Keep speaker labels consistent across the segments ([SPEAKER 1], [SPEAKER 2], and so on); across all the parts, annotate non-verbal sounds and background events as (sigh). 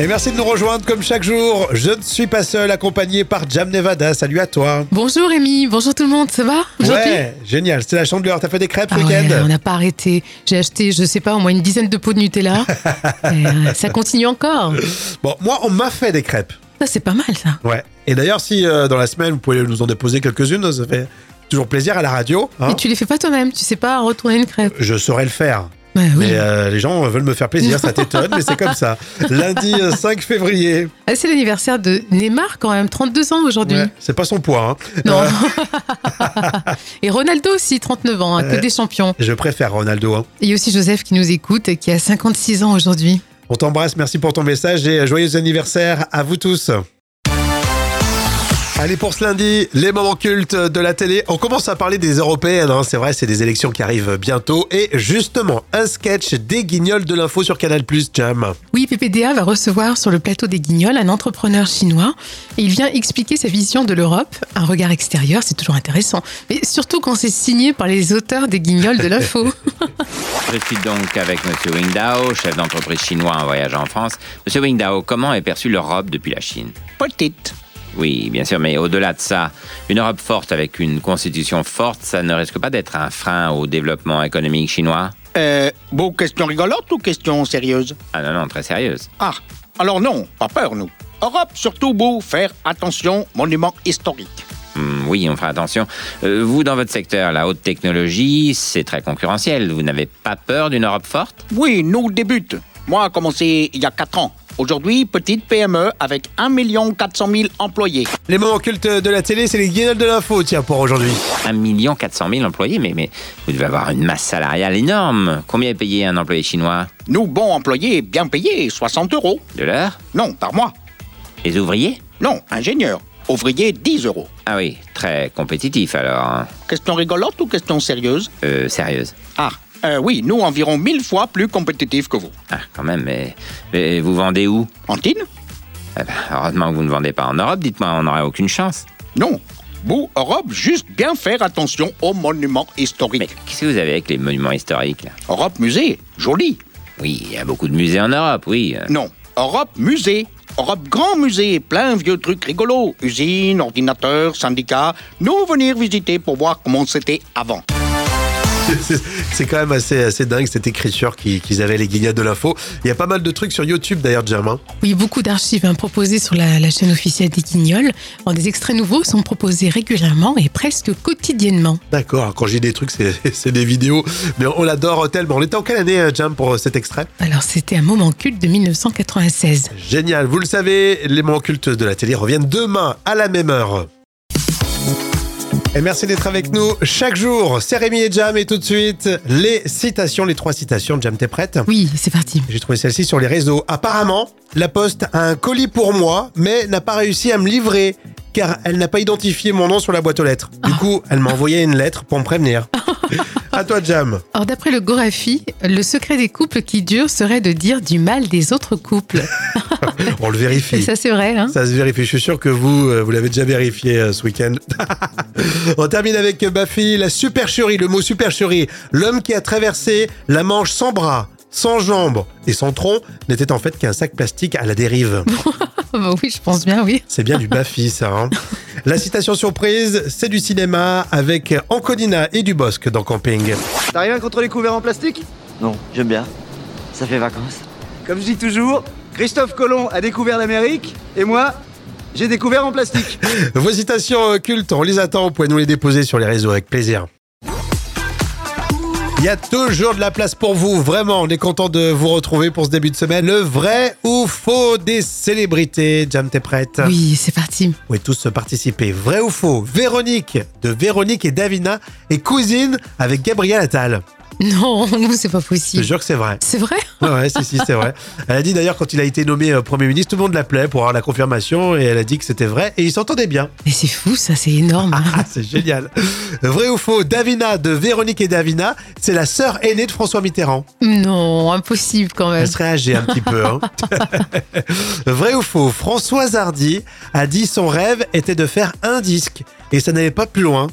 [SPEAKER 1] Et merci de nous rejoindre comme chaque jour. Je ne suis pas seul, accompagné par Jam Nevada. Salut à toi.
[SPEAKER 2] Bonjour Rémi, bonjour tout le monde, ça va aujourd'hui
[SPEAKER 1] Ouais, génial. C'était la chandeleur. T'as fait des crêpes
[SPEAKER 2] Ah
[SPEAKER 1] ce week-end
[SPEAKER 2] ouais, on n'a pas arrêté. J'ai acheté, je sais pas, au moins une dizaine de pots
[SPEAKER 1] (laughs)
[SPEAKER 2] de Nutella. Et, euh, ça continue encore.
[SPEAKER 1] Bon, moi, on m'a fait des crêpes.
[SPEAKER 2] Ça, c'est pas mal, ça.
[SPEAKER 1] Ouais. Et d'ailleurs, si euh, dans la semaine, vous pouvez nous en déposer quelques-unes, ça fait toujours plaisir à la radio. hein.
[SPEAKER 2] Mais tu les fais pas toi-même, tu sais pas retourner une crêpe.
[SPEAKER 1] Je saurais le faire.
[SPEAKER 2] Bah oui.
[SPEAKER 1] Mais euh, les gens veulent me faire plaisir,
[SPEAKER 2] (laughs)
[SPEAKER 1] ça t'étonne, mais c'est comme ça. Lundi euh, 5 février.
[SPEAKER 2] Ah, c'est l'anniversaire de Neymar quand même, 32 ans aujourd'hui.
[SPEAKER 1] Ouais, C'est pas son poids. hein.
[SPEAKER 2] Non. (laughs) Et Ronaldo aussi, 39 ans, hein, que
[SPEAKER 1] Ouais.
[SPEAKER 2] des champions.
[SPEAKER 1] Je préfère Ronaldo. hein.
[SPEAKER 2] Et il y a aussi Joseph qui nous écoute, et qui a 56 ans aujourd'hui.
[SPEAKER 1] On t'embrasse, merci pour ton message et joyeux anniversaire à vous tous. Allez pour ce lundi, les moments cultes de la télé. On commence à parler des européennes, hein. c'est vrai, c'est des élections qui arrivent bientôt. Et justement, un sketch des guignols de l'info sur Canal Plus Jam.
[SPEAKER 2] Oui, PPDA va recevoir sur le plateau des Guignols un entrepreneur chinois et il vient expliquer sa vision de l'Europe. Un regard extérieur, c'est toujours intéressant. Mais surtout quand c'est signé par les auteurs des Guignols de l'info.
[SPEAKER 3] Je suis donc avec M. Wing Dao, chef d'entreprise chinois en voyage en France. M. Wing Dao, comment est perçue l'Europe depuis la Chine
[SPEAKER 4] Petite.
[SPEAKER 3] Oui, bien sûr, mais au-delà de ça, une Europe forte avec une constitution forte, ça ne risque pas d'être un frein au développement économique chinois
[SPEAKER 4] Euh, bon, question rigolote ou question sérieuse
[SPEAKER 3] Ah non, non, très sérieuse.
[SPEAKER 4] Ah, alors non, pas peur, nous. Europe, surtout, beau, faire attention, monument historique.
[SPEAKER 3] Hum, oui, on fera attention. Euh, vous, dans votre secteur, la haute technologie, c'est très concurrentiel. Vous n'avez pas peur d'une Europe forte
[SPEAKER 4] Oui, nous débute. Moi, a commencé il y a 4 ans. Aujourd'hui, petite PME avec 1 400 000 employés.
[SPEAKER 1] Les moments cultes de la télé, c'est les guignols de l'info, tiens, pour aujourd'hui. (laughs)
[SPEAKER 3] 1 400 000 employés, mais, mais vous devez avoir une masse salariale énorme. Combien est payé un employé chinois
[SPEAKER 4] Nous, bons employés, bien payés, 60 euros.
[SPEAKER 3] De l'heure
[SPEAKER 4] Non, par mois.
[SPEAKER 3] Les ouvriers
[SPEAKER 4] Non, ingénieur. Ouvrier, 10 euros.
[SPEAKER 3] Ah oui, très compétitif alors. hein.
[SPEAKER 4] Question rigolote ou question sérieuse
[SPEAKER 3] Euh, sérieuse.
[SPEAKER 4] Ah, euh, oui, nous, environ 1000 fois plus compétitifs que vous.
[SPEAKER 3] Ah, quand même, mais, mais vous vendez où
[SPEAKER 4] Antine
[SPEAKER 3] Eh ben, Heureusement que vous ne vendez pas en Europe, dites-moi, on n'aurait aucune chance.
[SPEAKER 4] Non. Vous, Europe, juste bien faire attention aux monuments
[SPEAKER 3] Mais
[SPEAKER 4] historiques.
[SPEAKER 3] qu'est-ce que vous avez avec les monuments historiques là
[SPEAKER 4] Europe musée, joli.
[SPEAKER 3] Oui, il y a beaucoup de musées en Europe, oui. euh,
[SPEAKER 4] Non. Europe musée. Europe grand musée, plein vieux trucs rigolos. Usines, ordinateurs, syndicats. Nous venir visiter pour voir comment c'était avant.
[SPEAKER 1] C'est- C'est quand même assez, assez dingue cette écriture qui- qu'ils avaient, les guignols de l'info. Il y a pas mal de trucs sur YouTube d'ailleurs, Jam. hein.
[SPEAKER 2] Oui, beaucoup d'archives hein, proposées sur la, la chaîne officielle des Guignols. Alors, des extraits nouveaux sont proposés régulièrement et presque quotidiennement.
[SPEAKER 1] D'accord, quand j'ai des trucs, c'est (laughs) c'est des vidéos. Mais on l'adore tellement. On était en quelle année, euh, Jam, pour cet extrait
[SPEAKER 2] Alors c'était un moment culte de 1996.
[SPEAKER 1] Génial, vous le savez, les moments cultes de la télé reviennent demain à la même heure. Et merci d'être avec nous chaque jour. C'est Rémi et Jam et tout de suite les citations, les trois citations. Jam, t'es prête
[SPEAKER 2] Oui, c'est parti.
[SPEAKER 1] J'ai trouvé celle-ci sur les réseaux. Apparemment, la Poste a un colis pour moi, mais n'a pas réussi à me livrer car elle n'a pas identifié mon nom sur la boîte aux lettres. Du coup, elle m'a envoyé une lettre pour me prévenir. à toi, Jam.
[SPEAKER 2] Or d'après le Gorafi, le secret des couples qui durent serait de dire du mal des autres couples.
[SPEAKER 1] On le
[SPEAKER 2] Et
[SPEAKER 1] vérifie.
[SPEAKER 2] ça c'est vrai, hein
[SPEAKER 1] Ça se vérifie. Je suis sûr que vous, euh, vous l'avez déjà vérifié euh, ce week-end. (laughs) On termine avec Baffy, la supercherie, le mot supercherie. L'homme qui a traversé la Manche sans bras, sans jambes et sans tronc n'était en fait qu'un sac plastique à la dérive.
[SPEAKER 2] (laughs) Bah oui, je pense bien, oui.
[SPEAKER 1] C'est bien du Baffy, ça. hein. la citation surprise, c'est du cinéma avec Anconina et Dubosc dans Camping.
[SPEAKER 5] T'as rien contre les couverts en plastique
[SPEAKER 6] Non, j'aime bien. Ça fait vacances.
[SPEAKER 5] Comme je dis toujours, Christophe Colomb a découvert l'Amérique et moi, j'ai découvert en plastique.
[SPEAKER 1] Vos citations euh, cultes, on les attend. Vous pouvez nous les déposer sur les réseaux avec plaisir. Il y a toujours de la place pour vous, vraiment. On est content de vous retrouver pour ce début de semaine. Le vrai ou faux des célébrités. Jam, t'es prête
[SPEAKER 2] Oui, c'est parti.
[SPEAKER 1] Vous pouvez tous participer. Vrai ou faux Véronique, de Véronique et Davina, est cousine avec Gabriel Attal.
[SPEAKER 2] Non, non, c'est pas
[SPEAKER 1] Je te
[SPEAKER 2] possible.
[SPEAKER 1] jure que c'est vrai. (laughs)
[SPEAKER 2] C'est vrai
[SPEAKER 1] Ouais, ouais, si, si, c'est vrai. Elle a dit d'ailleurs, quand il a été nommé euh, Premier ministre, tout le monde l'appelait pour avoir la confirmation et elle a dit que c'était vrai et ils s'entendaient bien.
[SPEAKER 2] Mais c'est fou, ça, c'est énorme. hein.
[SPEAKER 1] Ah, c'est génial. Vrai ou faux, Davina de Véronique et Davina, c'est la sœur aînée de François Mitterrand.
[SPEAKER 2] Non, impossible quand même.
[SPEAKER 1] Elle serait âgée un petit peu.
[SPEAKER 2] (laughs)
[SPEAKER 1] hein. Vrai ou faux, Françoise Hardy a dit son rêve était de faire un disque et ça n'allait pas plus loin.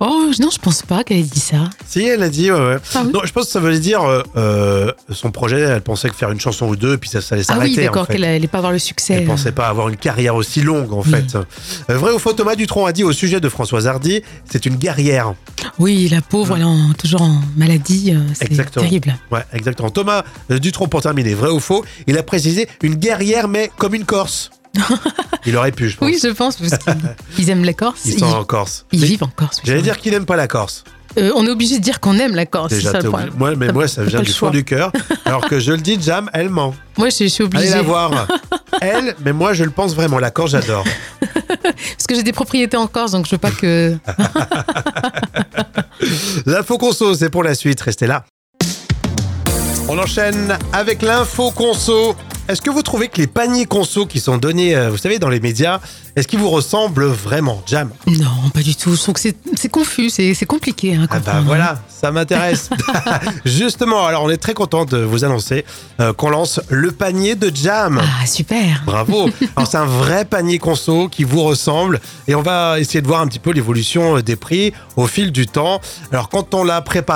[SPEAKER 2] Oh, non, je pense pas qu'elle ait dit ça.
[SPEAKER 1] Si, elle a dit, ouais, ouais.
[SPEAKER 2] Ah oui.
[SPEAKER 1] Non, je pense que ça veut dire euh, euh, son projet, elle pensait que faire une chanson ou deux, puis ça, ça allait
[SPEAKER 2] Ah
[SPEAKER 1] s'arrêter.
[SPEAKER 2] oui,
[SPEAKER 1] en
[SPEAKER 2] d'accord,
[SPEAKER 1] fait.
[SPEAKER 2] qu'elle euh. n'allait pas avoir le succès.
[SPEAKER 1] Elle pensait pas avoir une carrière aussi longue, en
[SPEAKER 2] Oui.
[SPEAKER 1] fait. Euh, vrai ou faux, Thomas Dutronc a dit au sujet de Françoise Hardy, c'est une guerrière.
[SPEAKER 2] Oui, la pauvre, elle est en- toujours en maladie. euh, C'est
[SPEAKER 1] Exactement.
[SPEAKER 2] terrible.
[SPEAKER 1] Ouais, exactement. Thomas euh, Dutronc, pour terminer, vrai ou faux, il a précisé une guerrière, mais comme une
[SPEAKER 2] (laughs)
[SPEAKER 1] Corse. il aurait pu, je pense.
[SPEAKER 2] Oui, je pense, parce
[SPEAKER 1] (laughs)
[SPEAKER 2] qu'ils ils aiment la Corse.
[SPEAKER 1] Ils
[SPEAKER 2] Ils,
[SPEAKER 1] sont en Corse.
[SPEAKER 2] ils
[SPEAKER 1] Mais
[SPEAKER 2] vivent en Corse. oui.
[SPEAKER 1] J'allais dire qu'il n'aime pas la Corse.
[SPEAKER 2] Euh, on est obligé de dire qu'on aime la Corse, Oh, c'est
[SPEAKER 1] Déjà,
[SPEAKER 2] ça le
[SPEAKER 1] t'es
[SPEAKER 2] problème.
[SPEAKER 1] obligé- moi, mais
[SPEAKER 2] T'as-
[SPEAKER 1] moi, ça
[SPEAKER 2] t'as
[SPEAKER 1] vient
[SPEAKER 2] pas
[SPEAKER 1] du
[SPEAKER 2] le
[SPEAKER 1] fond
[SPEAKER 2] choix.
[SPEAKER 1] du cœur. Alors que je le dis, Jam, elle ment.
[SPEAKER 2] Moi, je, je suis
[SPEAKER 1] Allez
[SPEAKER 2] obligée.
[SPEAKER 1] la
[SPEAKER 2] (laughs)
[SPEAKER 1] voir. Elle, mais moi, je le pense vraiment. La Corse, j'adore.
[SPEAKER 2] Parce que j'ai des propriétés en Corse, donc je veux
[SPEAKER 1] (laughs)
[SPEAKER 2] pas que.
[SPEAKER 1] L'info conso, c'est pour la suite. Restez là. On enchaîne avec l'info conso. Est-ce que vous trouvez que les paniers conso qui sont donnés, euh, vous savez, dans les médias, est-ce qu'ils vous ressemblent vraiment, Jam
[SPEAKER 2] Non, pas du tout. Je trouve que c'est- c'est confus, c'est c'est compliqué. hein, à
[SPEAKER 1] Ah bah
[SPEAKER 2] comprendre.
[SPEAKER 1] voilà, ça m'intéresse. (laughs) Justement, alors on est très content de vous annoncer euh, qu'on lance le panier de Jam.
[SPEAKER 2] Ah, super.
[SPEAKER 1] Bravo Alors c'est un vrai panier conso qui vous ressemble et on va essayer de voir un petit peu l'évolution euh, des prix au fil du temps. Alors quand on l'a préparé,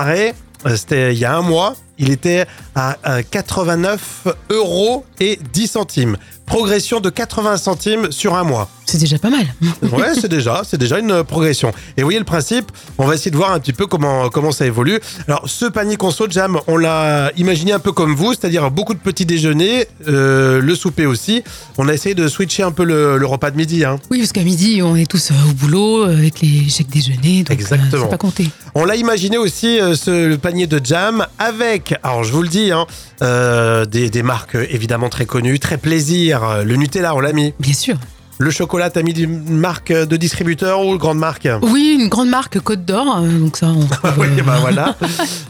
[SPEAKER 1] euh, c'était il y a un mois, il était à euh, 89 euros et 10 centimes. Progression de 80 centimes sur un mois.
[SPEAKER 2] C'est déjà pas mal.
[SPEAKER 1] Ouais, c'est déjà, c'est déjà une euh, progression. Et vous voyez le principe, on va essayer de voir un petit peu comment, euh, comment ça évolue. Alors, ce panier conso de Jam, on l'a imaginé un peu comme vous, c'est-à-dire beaucoup de petits déjeuners, euh, le souper aussi. On a essayé de switcher un peu le, le repas de midi. hein.
[SPEAKER 2] Oui, parce qu'à midi, on est tous euh, au boulot euh, avec les chèques déjeuner. Donc, euh,
[SPEAKER 1] Exactement.
[SPEAKER 2] c'est pas compté.
[SPEAKER 1] On l'a imaginé aussi, euh, ce, le panier de Jam, avec, alors je vous le dis, hein, euh, des, des marques euh, évidemment très connues, très plaisir. Euh, Le Nutella, on l'a mis.
[SPEAKER 2] Bien sûr.
[SPEAKER 1] Le chocolat, t'as mis une marque euh, de distributeur ou grande marque
[SPEAKER 2] Oui, une grande marque Côte d'Or. euh, donc ça, on.
[SPEAKER 1] (laughs) Oui,
[SPEAKER 2] Mmh.
[SPEAKER 1] bah
[SPEAKER 2] (laughs)
[SPEAKER 1] voilà.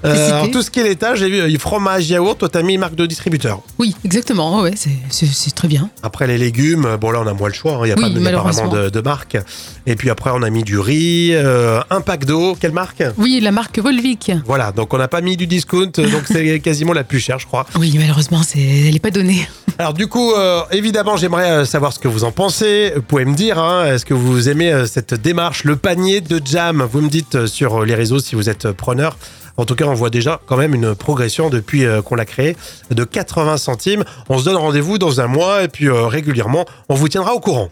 [SPEAKER 1] Euh, alors,
[SPEAKER 2] cité.
[SPEAKER 1] tout ce qui est laitage, j'ai vu euh, fromage, yaourt, toi t'as mis marque de distributeur.
[SPEAKER 2] Oui, exactement. Ouais, c'est- c'est c'est très bien.
[SPEAKER 1] Après les légumes, euh, bon là on a moins le choix, il n'y a
[SPEAKER 2] Oui,
[SPEAKER 1] pas de- y a pas
[SPEAKER 2] malheureusement.
[SPEAKER 1] vraiment de, de marque. Et puis après on a mis du riz, euh, un pack d'eau, quelle marque
[SPEAKER 2] Oui, la marque Volvic.
[SPEAKER 1] Voilà, donc on n'a pas mis du discount, euh, donc c'est (laughs) quasiment la plus chère je crois.
[SPEAKER 2] Oui, malheureusement, c'est- elle est pas donnée.
[SPEAKER 1] Alors du coup, euh, évidemment j'aimerais euh, savoir ce que vous en pensez, vous pouvez me dire, hein, est-ce que vous aimez euh, cette démarche, le panier de jam Vous me dites euh, sur euh, les réseaux si vous êtes euh, preneur. En tout cas, on voit déjà quand même une progression depuis euh, qu'on l'a créé de 80 centimes. On se donne rendez-vous dans un mois et puis euh, régulièrement, on vous tiendra au courant.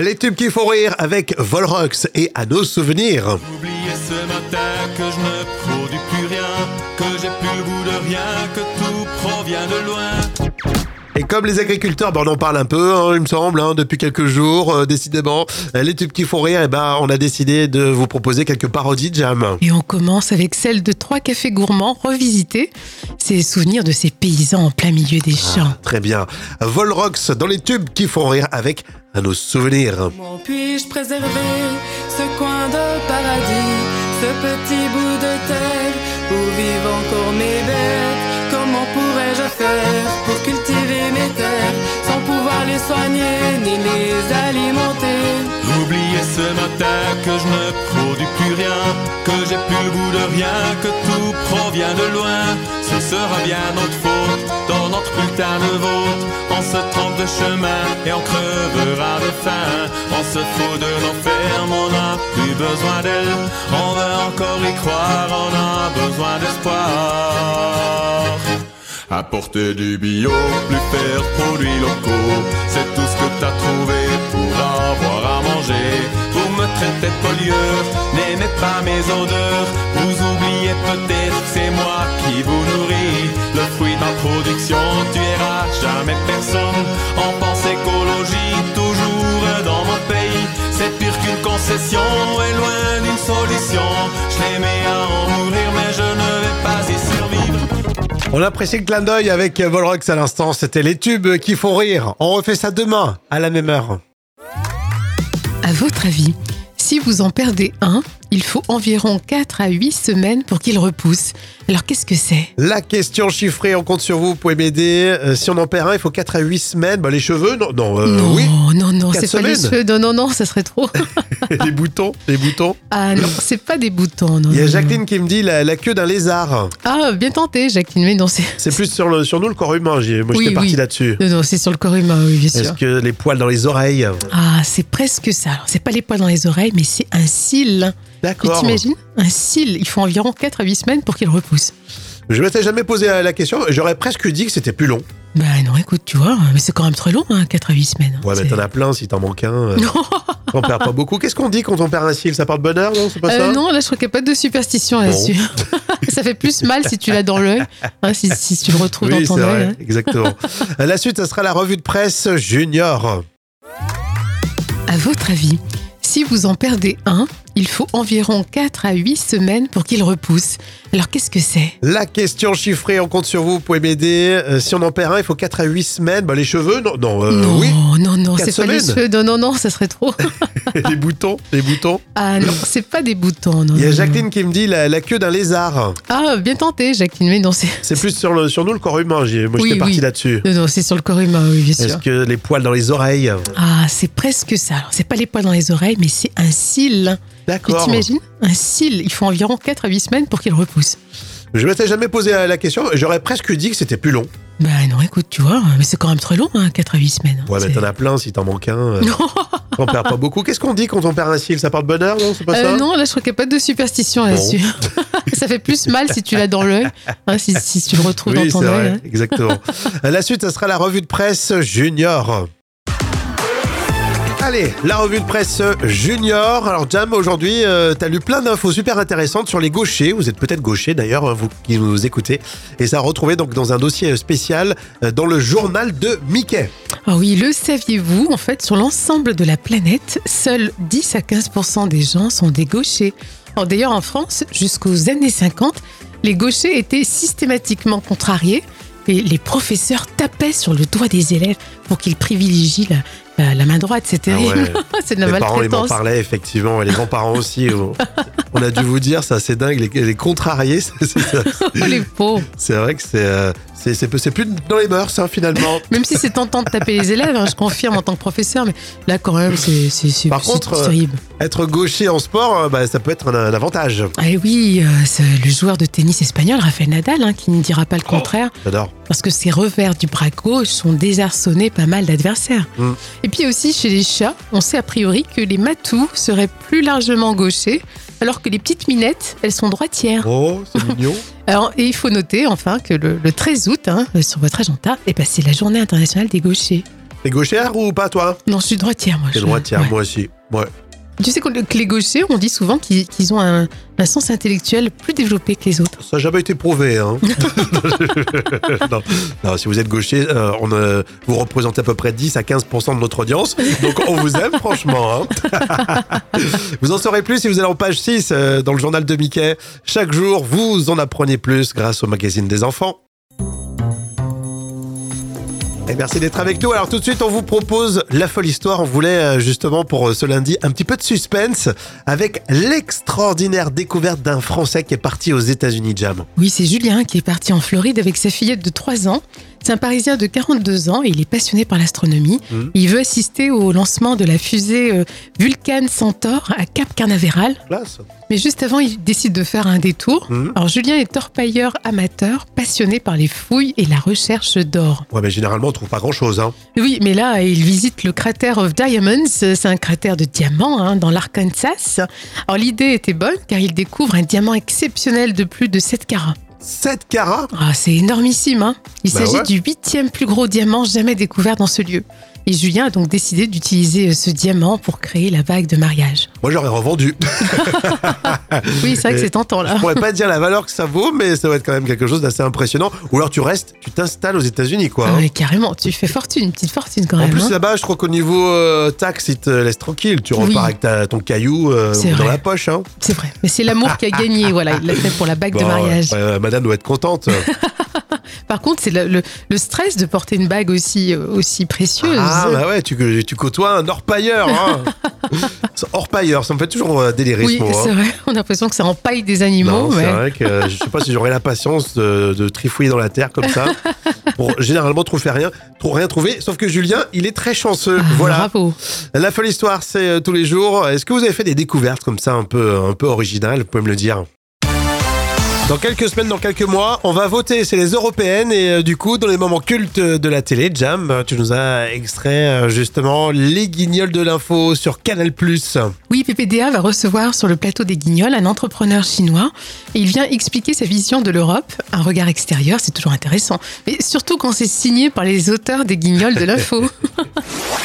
[SPEAKER 1] Les tubes qui font rire avec Volrox et à nos souvenirs.
[SPEAKER 7] Oublié ce matin que je ne produis plus rien, que j'ai plus le goût de rien, que tout provient de loin.
[SPEAKER 1] Et comme les agriculteurs, ben, on en parle un peu, hein, il me semble, hein, depuis quelques jours, euh, décidément. Euh, Les tubes qui font rire, eh ben, on a décidé de vous proposer quelques parodies de jam.
[SPEAKER 2] Et on commence avec celle de trois cafés gourmands revisités. C'est souvenirs de ces paysans en plein milieu des champs.
[SPEAKER 1] Très bien. Volrox dans les tubes qui font rire avec à nos souvenirs.
[SPEAKER 8] Comment puis-je préserver ce coin de paradis, ce petit bout de terre où vivent encore mes bêtes Comment pourrais-je faire pour cultiver mes terres sans pouvoir les soigner ni les alimenter
[SPEAKER 7] Oublié ce matin que je ne produis plus rien, que j'ai plus le goût de rien, que tout provient de loin. Ce sera bien notre faute, dans notre putain de vote. On se trompe de chemin et on crevera de faim. On se fout de l'enfer, mais on n'a plus besoin d'elle. On veut encore y croire, on a besoin d'espoir. Apporter du bio, plus faire produits locaux, c'est tout ce que t'as trouvé pour avoir à manger. Vous me traitez de pollueur, n'aimez pas mes odeurs, vous oubliez peut-être que c'est moi qui vous nourris. Le fruit de ma production tuera jamais personne. En pense écologie, toujours dans mon pays, c'est pire qu'une concession et loin d'une solution. Je l'aimais à en mourir, mais je ne vais pas y survivre.
[SPEAKER 1] On apprécie le clin d'œil avec Volrox à l'instant. C'était les tubes qui font rire. On refait ça demain à la même heure.
[SPEAKER 2] À votre avis, si vous en perdez un, il faut environ 4 à 8 semaines pour qu'il repousse. Alors qu'est-ce que c'est
[SPEAKER 1] La question chiffrée, on compte sur vous, vous pouvez m'aider. Euh, si on en perd un, il faut 4 à 8 semaines. Bah, les cheveux, non, non, euh,
[SPEAKER 2] Non, (laughs)
[SPEAKER 1] oui.
[SPEAKER 2] non, non,
[SPEAKER 1] Quatre
[SPEAKER 2] c'est pas les
[SPEAKER 1] semaines.
[SPEAKER 2] cheveux. Non, non, non, ça
[SPEAKER 1] (laughs)
[SPEAKER 2] serait trop.
[SPEAKER 1] les boutons, les boutons.
[SPEAKER 2] Ah non, c'est pas des boutons. Non,
[SPEAKER 1] Il y a
[SPEAKER 2] non, non.
[SPEAKER 1] Jacqueline qui me dit la, la queue d'un lézard.
[SPEAKER 2] Ah, bien tenté, Jacqueline, mais non, c'est.
[SPEAKER 1] C'est plus sur, le- sur nous, le corps humain. J'ai- Moi,
[SPEAKER 2] Oui,
[SPEAKER 1] j'étais parti
[SPEAKER 2] oui.
[SPEAKER 1] là-dessus.
[SPEAKER 2] Non, non, c'est sur le corps humain, oui, bien sûr.
[SPEAKER 1] Est-ce que les poils dans les oreilles euh,
[SPEAKER 2] Ah, c'est presque ça. Alors, c'est pas les poils dans les oreilles, mais c'est un cil. Tu
[SPEAKER 1] D'accord.
[SPEAKER 2] t'imagines Un cil, il faut environ 4 à 8 semaines pour qu'il repousse.
[SPEAKER 1] Je m'étais jamais posé la question. J'aurais presque dit que c'était plus long.
[SPEAKER 2] Bah non, écoute, tu vois, mais c'est quand même très long, hein, 4 à 8 semaines.
[SPEAKER 1] Ouais, mais
[SPEAKER 2] C'est-
[SPEAKER 1] t'en as plein si t'en manques un. euh,
[SPEAKER 2] (laughs) Non,
[SPEAKER 1] On perd pas beaucoup. Qu'est-ce qu'on dit quand on perd un cil Ça part de bonheur, non C'est pas
[SPEAKER 2] euh,
[SPEAKER 1] ça
[SPEAKER 2] non, là, je crois qu'il n'y a pas de superstition
[SPEAKER 1] Bon.
[SPEAKER 2] là-dessus. (laughs) ça fait plus mal si tu l'as dans l'œil, hein, si, si tu le retrouves
[SPEAKER 1] Oui,
[SPEAKER 2] dans
[SPEAKER 1] c'est
[SPEAKER 2] ton œil.
[SPEAKER 1] vrai,
[SPEAKER 2] hein. (laughs)
[SPEAKER 1] exactement. À la suite, ça sera la revue de presse junior.
[SPEAKER 2] À votre avis, si vous en perdez un, il faut environ 4 à 8 semaines pour qu'il repousse. Alors qu'est-ce que c'est
[SPEAKER 1] La question chiffrée, on compte sur vous, vous pouvez m'aider. Euh, si on en perd un, il faut 4 à 8 semaines. Bah, les cheveux, non, non, euh,
[SPEAKER 2] Non,
[SPEAKER 1] oui. (laughs)
[SPEAKER 2] non, non,
[SPEAKER 1] Quatre
[SPEAKER 2] c'est pas les
[SPEAKER 1] semaines.
[SPEAKER 2] cheveux. Non, non, non, ça
[SPEAKER 1] (laughs)
[SPEAKER 2] serait trop.
[SPEAKER 1] les boutons, les boutons.
[SPEAKER 2] Ah non, c'est pas des boutons. Non,
[SPEAKER 1] Il y a
[SPEAKER 2] non,
[SPEAKER 1] Jacqueline qui me dit la, la queue d'un lézard.
[SPEAKER 2] non. Ah, bien tenté, Jacqueline, mais non, c'est
[SPEAKER 1] C'est plus sur, le, sur nous, le corps humain. J'ai- Moi,
[SPEAKER 2] Oui,
[SPEAKER 1] j'étais parti
[SPEAKER 2] oui.
[SPEAKER 1] là-dessus.
[SPEAKER 2] (laughs) non, non, c'est sur le corps humain, oui, bien
[SPEAKER 1] Est-ce
[SPEAKER 2] sûr.
[SPEAKER 1] que les poils dans les oreilles euh,
[SPEAKER 2] Ah, c'est presque ça. Alors, c'est pas les poils dans les oreilles, mais c'est un cil. Tu
[SPEAKER 1] D'accord.
[SPEAKER 2] t'imagines Un cil, il faut environ 4 à 8 semaines pour qu'il repousse.
[SPEAKER 1] Je m'étais jamais posé la question. J'aurais presque dit que c'était plus long.
[SPEAKER 2] Bah non, écoute, tu vois, mais c'est quand même très long, hein, 4 à 8 semaines.
[SPEAKER 1] Ouais, mais
[SPEAKER 2] C'est-
[SPEAKER 1] t'en as plein si t'en manques un.
[SPEAKER 2] (laughs)
[SPEAKER 1] euh,
[SPEAKER 2] Non,
[SPEAKER 1] On perd pas beaucoup. Qu'est-ce qu'on dit quand on perd un cil Ça part de bonheur, non C'est pas
[SPEAKER 2] euh,
[SPEAKER 1] ça
[SPEAKER 2] non, là, je crois qu'il n'y a pas de superstition là-dessus. (laughs) ça fait plus mal si tu l'as dans l'œil, hein, si, si tu le retrouves
[SPEAKER 1] Oui,
[SPEAKER 2] dans
[SPEAKER 1] c'est
[SPEAKER 2] ton
[SPEAKER 1] vrai,
[SPEAKER 2] œil. hein. (laughs)
[SPEAKER 1] exactement. À la suite, ça sera la revue de presse junior. Allez, la revue de presse junior. Alors Jam, aujourd'hui, euh, t'as lu plein d'infos super intéressantes sur les gauchers. Vous êtes peut-être gauchers d'ailleurs, hein, vous qui nous écoutez. Et ça a retrouvé donc dans un dossier spécial euh, dans le journal de Mickey.
[SPEAKER 2] Ah oui, le saviez-vous En fait, sur l'ensemble de la planète, seuls 10 à 15 des gens sont des gauchers. Alors, D'ailleurs, en France, jusqu'aux années 50, les gauchers étaient systématiquement contrariés et les professeurs tapaient sur le doigt des élèves pour qu'ils privilégient la, la- la main droite. C'est
[SPEAKER 1] Ah ouais.
[SPEAKER 2] terrible, (laughs) c'est de la
[SPEAKER 1] les parents, ils m'en
[SPEAKER 2] maltraitance.
[SPEAKER 1] parlaient effectivement, et les grands-parents
[SPEAKER 2] (laughs)
[SPEAKER 1] aussi. On- On a dû vous dire, ça c'est dingue, les, les contrariés, (laughs) c'est- c'est-
[SPEAKER 2] (laughs) Oh, les pauvres
[SPEAKER 1] c'est vrai que c'est euh, c'est- c'est peu- c'est plus dans les mœurs hein, finalement.
[SPEAKER 2] Même si c'est tentant de taper les élèves, hein, je confirme en tant que professeur, mais là quand même, c'est c'est- c'est-
[SPEAKER 1] Par
[SPEAKER 2] c'est
[SPEAKER 1] contre, euh,
[SPEAKER 2] terrible.
[SPEAKER 1] Être gaucher en sport, euh, bah, ça peut être un, un avantage.
[SPEAKER 2] Ah et oui, euh, c'est le joueur de tennis espagnol, Rafael Nadal, hein, qui ne dira
[SPEAKER 1] Oh.
[SPEAKER 2] pas le contraire,
[SPEAKER 1] J'adore.
[SPEAKER 2] parce que ses revers du bras gauche sont désarçonnés pas mal d'adversaires.
[SPEAKER 1] Mm.
[SPEAKER 2] Et puis aussi, chez les chats, on sait a priori que les matous seraient plus largement gauchers, alors que les petites minettes, elles sont droitières.
[SPEAKER 1] Oh, c'est mignon.
[SPEAKER 2] Alors, et il faut noter enfin que le, le 13 août, hein, sur votre agenda, eh ben, c'est la journée internationale des gauchers.
[SPEAKER 1] (laughs) T'es gauchère ou pas, toi
[SPEAKER 2] Non, je suis droitière, moi.
[SPEAKER 1] T'es
[SPEAKER 2] je-
[SPEAKER 1] droitière,
[SPEAKER 2] ouais.
[SPEAKER 1] moi aussi. (laughs) Ouais.
[SPEAKER 2] Tu sais qu'on- que les gauchers, on dit souvent qu'ils qu'ils ont un- un sens intellectuel plus développé que les autres.
[SPEAKER 1] Ça n'a jamais été prouvé. Hein. (laughs) non. Non, si vous êtes gaucher, euh, on, euh, vous représentez à peu près 10 à 15 de notre audience. Donc, on vous aime, (laughs) franchement. hein. (laughs) vous en saurez plus si vous allez en page 6 euh, dans le journal de Mickey. Chaque jour, vous en apprenez plus grâce au magazine des enfants. Et merci d'être avec nous. Alors tout de suite, on vous propose la folle histoire. On voulait euh, justement pour euh, ce lundi un petit peu de suspense avec l'extraordinaire découverte d'un Français qui est parti aux États-Unis, Jam.
[SPEAKER 2] Oui, c'est Julien qui est parti en Floride avec sa fillette de 3 ans. C'est un Parisien de 42 ans et il est passionné par l'astronomie.
[SPEAKER 1] Mhm.
[SPEAKER 2] Il veut assister au lancement de la fusée euh, Vulcan Centaur à Cap Canaveral.
[SPEAKER 1] Classe.
[SPEAKER 2] Mais juste avant, il décide de faire un détour.
[SPEAKER 1] Mhm.
[SPEAKER 2] Alors Julien est orpailleur amateur, passionné par les fouilles et la recherche d'or.
[SPEAKER 1] Ouais, mais généralement, on trouve pas grand-chose. Hein.
[SPEAKER 2] Oui, mais là, il visite le cratère of Diamonds. C'est un cratère de diamants hein, dans l'Arkansas. Alors l'idée était bonne car il découvre un diamant exceptionnel de plus de 7 carats.
[SPEAKER 1] 7 carats
[SPEAKER 2] Ah, c'est énormissime, hein Il
[SPEAKER 1] Bah
[SPEAKER 2] s'agit
[SPEAKER 1] ouais.
[SPEAKER 2] du huitième plus gros diamant jamais découvert dans ce lieu. Et Julien a donc décidé d'utiliser euh, ce diamant pour créer la vague de mariage.
[SPEAKER 1] Moi, j'aurais revendu. (laughs)
[SPEAKER 2] Oui, c'est vrai que c'est tentant
[SPEAKER 1] Je
[SPEAKER 2] là.
[SPEAKER 1] pourrais pas dire la valeur que ça vaut, mais ça doit être quand même quelque chose d'assez impressionnant. Ou alors tu restes, tu t'installes aux États-Unis, quoi.
[SPEAKER 2] Ah
[SPEAKER 1] hein.
[SPEAKER 2] ouais, carrément, tu fais fortune, une petite fortune quand
[SPEAKER 1] En
[SPEAKER 2] même. hein.
[SPEAKER 1] plus, là-bas, je crois qu'au niveau euh, taxe, ils te laissent tranquille. Tu repars
[SPEAKER 2] Oui.
[SPEAKER 1] avec ta- ton caillou euh,
[SPEAKER 2] C'est
[SPEAKER 1] dans
[SPEAKER 2] vrai.
[SPEAKER 1] la poche. Hein.
[SPEAKER 2] C'est vrai,
[SPEAKER 1] Bah
[SPEAKER 2] mais c'est l'amour qui a gagné, voilà, il l'a fait pour la bague de
[SPEAKER 1] Bon, euh,
[SPEAKER 2] mariage. (laughs)
[SPEAKER 1] ouais, ouais, madame doit être contente.
[SPEAKER 2] Par contre, c'est le, le- le stress de porter une bague aussi, euh, aussi précieuse.
[SPEAKER 1] Ah bah ouais, tu, tu côtoies un orpailleur.
[SPEAKER 2] (laughs)
[SPEAKER 1] Hein. orpailleur, ça me fait toujours euh, délirer
[SPEAKER 2] oui,
[SPEAKER 1] ce mot. hein.
[SPEAKER 2] c'est vrai. On a l'impression que ça empaille des animaux.
[SPEAKER 1] Non, c'est
[SPEAKER 2] mais-
[SPEAKER 1] vrai que euh, je sais pas si j'aurais la patience de, de trifouiller dans la terre comme ça.
[SPEAKER 2] (laughs)
[SPEAKER 1] Pour généralement trouver rien, trop rien trouver. Sauf que Julien, il est très chanceux.
[SPEAKER 2] Ah,
[SPEAKER 1] voilà.
[SPEAKER 2] Bravo.
[SPEAKER 1] La folle histoire, c'est euh, tous les jours. Est-ce que vous avez fait des découvertes comme ça, un peu, un peu originales Vous pouvez me le dire. Dans quelques semaines, dans quelques mois, on va voter. C'est les européennes et euh, du coup, dans les moments cultes de la télé, Jam, euh, tu nous as extrait euh, justement les guignols de l'info sur Canal+.
[SPEAKER 2] Oui, PPDA va recevoir sur le plateau des Guignols un entrepreneur chinois. Et il vient expliquer sa vision de l'Europe. Un regard extérieur, c'est toujours intéressant. Mais surtout quand c'est signé par les auteurs des Guignols
[SPEAKER 1] (laughs)
[SPEAKER 2] de l'info.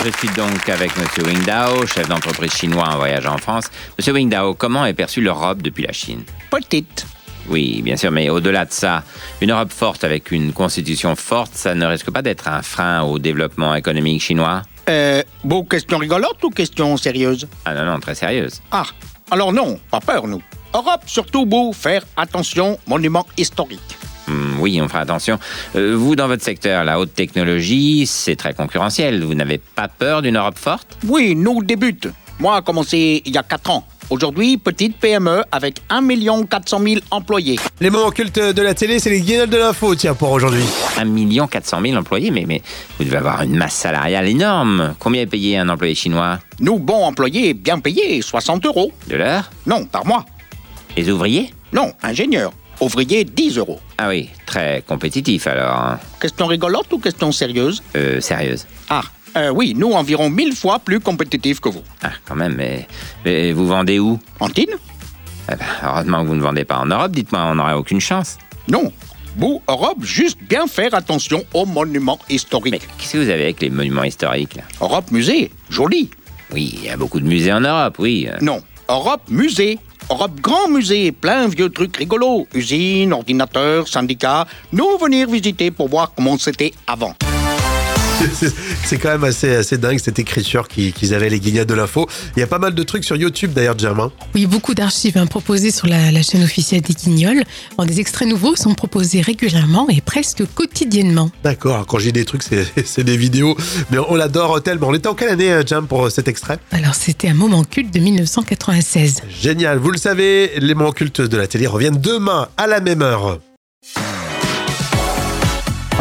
[SPEAKER 3] Je suis donc avec M. Wing Dao, chef d'entreprise chinois en voyage en France. M. Wing Dao, comment est perçue l'Europe depuis la Chine
[SPEAKER 4] Petite.
[SPEAKER 3] Oui, bien sûr, mais au-delà de ça, une Europe forte avec une constitution forte, ça ne risque pas d'être un frein au développement économique chinois
[SPEAKER 4] Euh, bon, question rigolote ou question sérieuse
[SPEAKER 3] Ah non, non, très sérieuse.
[SPEAKER 4] Ah, alors non, pas peur, nous. Europe, surtout beau, faire attention, monument historique.
[SPEAKER 3] Hum, oui, on fera attention. Euh, vous, dans votre secteur, la haute technologie, c'est très concurrentiel. Vous n'avez pas peur d'une Europe forte
[SPEAKER 4] Oui, nous débute. Moi, a commencé il y a 4 ans. Aujourd'hui, petite PME avec 1 400 000 employés.
[SPEAKER 1] Les moments cultes de la télé, c'est les guignols de l'info, tiens, pour aujourd'hui.
[SPEAKER 3] 1 400 000 employés, mais, mais vous devez avoir une masse salariale énorme. Combien est payé un employé chinois
[SPEAKER 4] Nous, bons employés, bien payés, 60 euros.
[SPEAKER 3] De l'heure
[SPEAKER 4] Non, par mois.
[SPEAKER 3] Les ouvriers
[SPEAKER 4] Non, ingénieur. Ouvrier, 10 euros.
[SPEAKER 3] Ah oui, très compétitif alors. hein.
[SPEAKER 4] Question rigolote ou question sérieuse
[SPEAKER 3] Euh, sérieuse.
[SPEAKER 4] Ah, euh, oui, nous, environ 1000 fois plus compétitifs que vous.
[SPEAKER 3] Ah, quand même, mais, mais vous vendez où
[SPEAKER 4] Antine
[SPEAKER 3] Eh ben, Heureusement que vous ne vendez pas en Europe, dites-moi, on n'aurait aucune chance.
[SPEAKER 4] Non. Vous, Europe, juste bien faire attention aux monuments
[SPEAKER 3] Mais
[SPEAKER 4] historiques.
[SPEAKER 3] qu'est-ce que vous avez avec les monuments historiques là
[SPEAKER 4] Europe musée, joli.
[SPEAKER 3] Oui, il y a beaucoup de musées en Europe, oui. euh,
[SPEAKER 4] Non. Europe musée. Europe grand musée, plein vieux trucs rigolos. Usines, ordinateurs, syndicats. Nous venir visiter pour voir comment c'était avant.
[SPEAKER 1] C'est- (laughs) C'est quand même assez, assez dingue cette écriture qui- qu'ils avaient les guignols de l'info. Il y a pas mal de trucs sur YouTube d'ailleurs, Jam. hein.
[SPEAKER 2] Oui, beaucoup d'archives hein, proposées sur la, la chaîne officielle des Guignols. Bon, des extraits nouveaux sont proposés régulièrement et presque quotidiennement.
[SPEAKER 1] D'accord, quand j'ai des trucs, c'est (laughs) c'est des vidéos. Mais on l'adore tellement. On était en quelle année, euh, Jam, pour cet extrait
[SPEAKER 2] Alors, c'était un moment culte de 1996.
[SPEAKER 1] Génial. Vous le savez, les moments cultes de la télé reviennent demain à la même heure.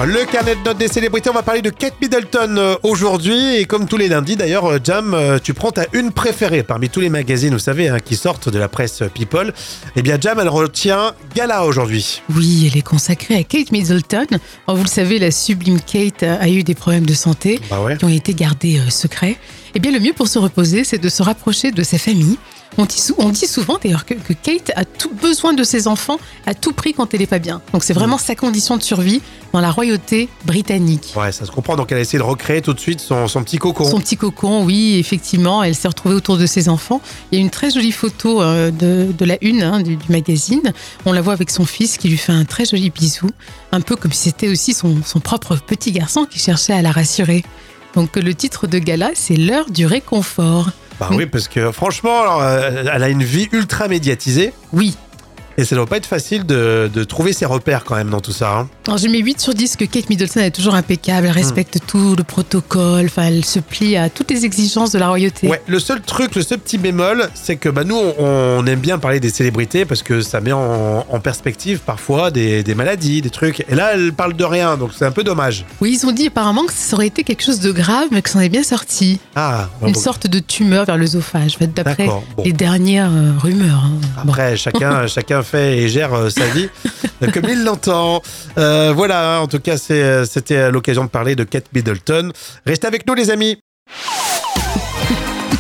[SPEAKER 1] Le carnet de notes des célébrités, on va parler de Kate Middleton euh, aujourd'hui. Et comme tous les lundis, d'ailleurs, euh, Jam, euh, tu prends ta une préférée parmi tous les magazines, vous savez, hein, qui sortent de la presse People. Eh bien, Jam, elle retient Gala aujourd'hui.
[SPEAKER 2] Oui, elle est consacrée à Kate Middleton. Alors, vous le savez, la sublime Kate a a eu des problèmes de santé
[SPEAKER 1] Bah ouais.
[SPEAKER 2] qui ont été gardés euh, secrets. Eh bien, le mieux pour se reposer, c'est de se rapprocher de sa famille. On dit, sou- on dit souvent d'ailleurs que, que Kate a tout besoin de ses enfants à tout prix quand elle n'est pas bien. Donc, c'est vraiment sa condition de survie dans la royauté britannique.
[SPEAKER 1] Ouais, ça se comprend. Donc, elle a essayé de recréer tout de suite son, son petit cocon.
[SPEAKER 2] Son petit cocon, oui, effectivement, elle s'est retrouvée autour de ses enfants. Il y a une très jolie photo euh, de, de la une hein, du, du magazine. On la voit avec son fils qui lui fait un très joli bisou, un peu comme si c'était aussi son, son propre petit garçon qui cherchait à la rassurer. Donc euh, le titre de gala, c'est l'heure du réconfort.
[SPEAKER 1] Bah oui, parce que franchement, alors, euh, elle a une vie ultra médiatisée.
[SPEAKER 2] Oui,
[SPEAKER 1] Et ça doit pas être facile de, de trouver ses repères quand même dans tout ça. hein.
[SPEAKER 2] Alors, je mets 8 sur 10 que Kate Middleton est toujours impeccable, elle respecte
[SPEAKER 1] Hmm.
[SPEAKER 2] tout le protocole, enfin, elle se plie à toutes les exigences de la royauté.
[SPEAKER 1] Ouais, le seul truc, le seul petit bémol, c'est que bah, nous, on, on aime bien parler des célébrités parce que ça met en, en perspective parfois des, des maladies, des trucs. Et là, elle parle de rien, donc c'est un peu dommage.
[SPEAKER 2] Oui, ils ont dit apparemment que ça aurait été quelque chose de grave, mais que ça en est bien sorti.
[SPEAKER 1] Ah,
[SPEAKER 2] Une
[SPEAKER 1] bon,
[SPEAKER 2] sorte de tumeur vers l'œsophage, d'après
[SPEAKER 1] D'accord, bon.
[SPEAKER 2] les dernières euh, rumeurs. hein. Bon.
[SPEAKER 1] Après, (laughs) chacun, chacun fait et gère euh, sa vie euh, comme il l'entend. Euh, voilà, hein, en tout cas, c'est, euh, c'était euh, l'occasion de parler de Kate Middleton. Restez avec nous, les amis.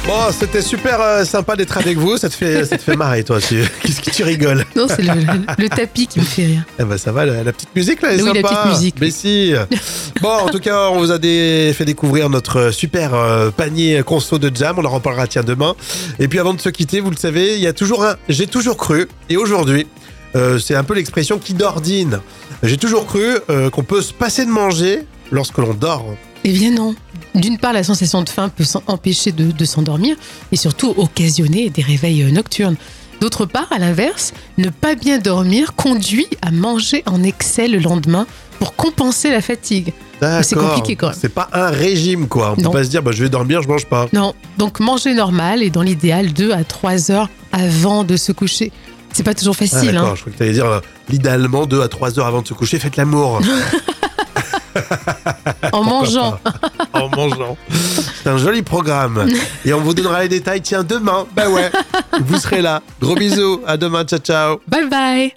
[SPEAKER 1] Bon, c'était super euh, sympa d'être avec vous. Ça te fait, ça te fait marrer, toi. tu- (laughs) Qu'est-ce que tu rigoles
[SPEAKER 2] Non, c'est le, le- le tapis qui me fait rire.
[SPEAKER 1] Eh ben, ça va, la, la petite musique là, elle est
[SPEAKER 2] Oui, la
[SPEAKER 1] sympa.
[SPEAKER 2] petite musique,
[SPEAKER 1] Mais
[SPEAKER 2] oui. (laughs)
[SPEAKER 1] si. Bon, en tout cas, on vous a des- fait découvrir notre super euh, panier conso de jam. On en reparlera tiens demain. Et puis avant de se quitter, vous le savez, il y a toujours un. J'ai toujours cru. Et aujourd'hui, euh, c'est un peu l'expression qui d'ordine. J'ai toujours cru euh, qu'on peut se passer de manger lorsque l'on dort.
[SPEAKER 2] Eh bien non. D'une part, la sensation de faim peut s'en- empêcher de, de s'endormir et surtout occasionner des réveils euh, nocturnes. D'autre part, à l'inverse, ne pas bien dormir conduit à manger en excès le lendemain, pour compenser la fatigue. c'est
[SPEAKER 1] D'accord.
[SPEAKER 2] compliqué, quand même.
[SPEAKER 1] C'est pas un régime quoi. On
[SPEAKER 2] Non.
[SPEAKER 1] peut pas se dire bah, je vais dormir, je mange pas.
[SPEAKER 2] Non, donc manger normal et dans l'idéal 2 à 3 heures avant de se coucher. C'est pas toujours
[SPEAKER 1] Ah,
[SPEAKER 2] facile.
[SPEAKER 1] d'accord,
[SPEAKER 2] hein.
[SPEAKER 1] je crois que t'allais dire euh, idéalement 2 à 3 heures avant de se coucher, faites l'amour.
[SPEAKER 2] En mangeant,
[SPEAKER 1] (laughs) en mangeant. C'est un joli programme. Et on vous donnera les détails, tiens, demain. Ben ouais, vous serez là. Gros bisous, à demain, ciao, ciao.
[SPEAKER 2] bye bye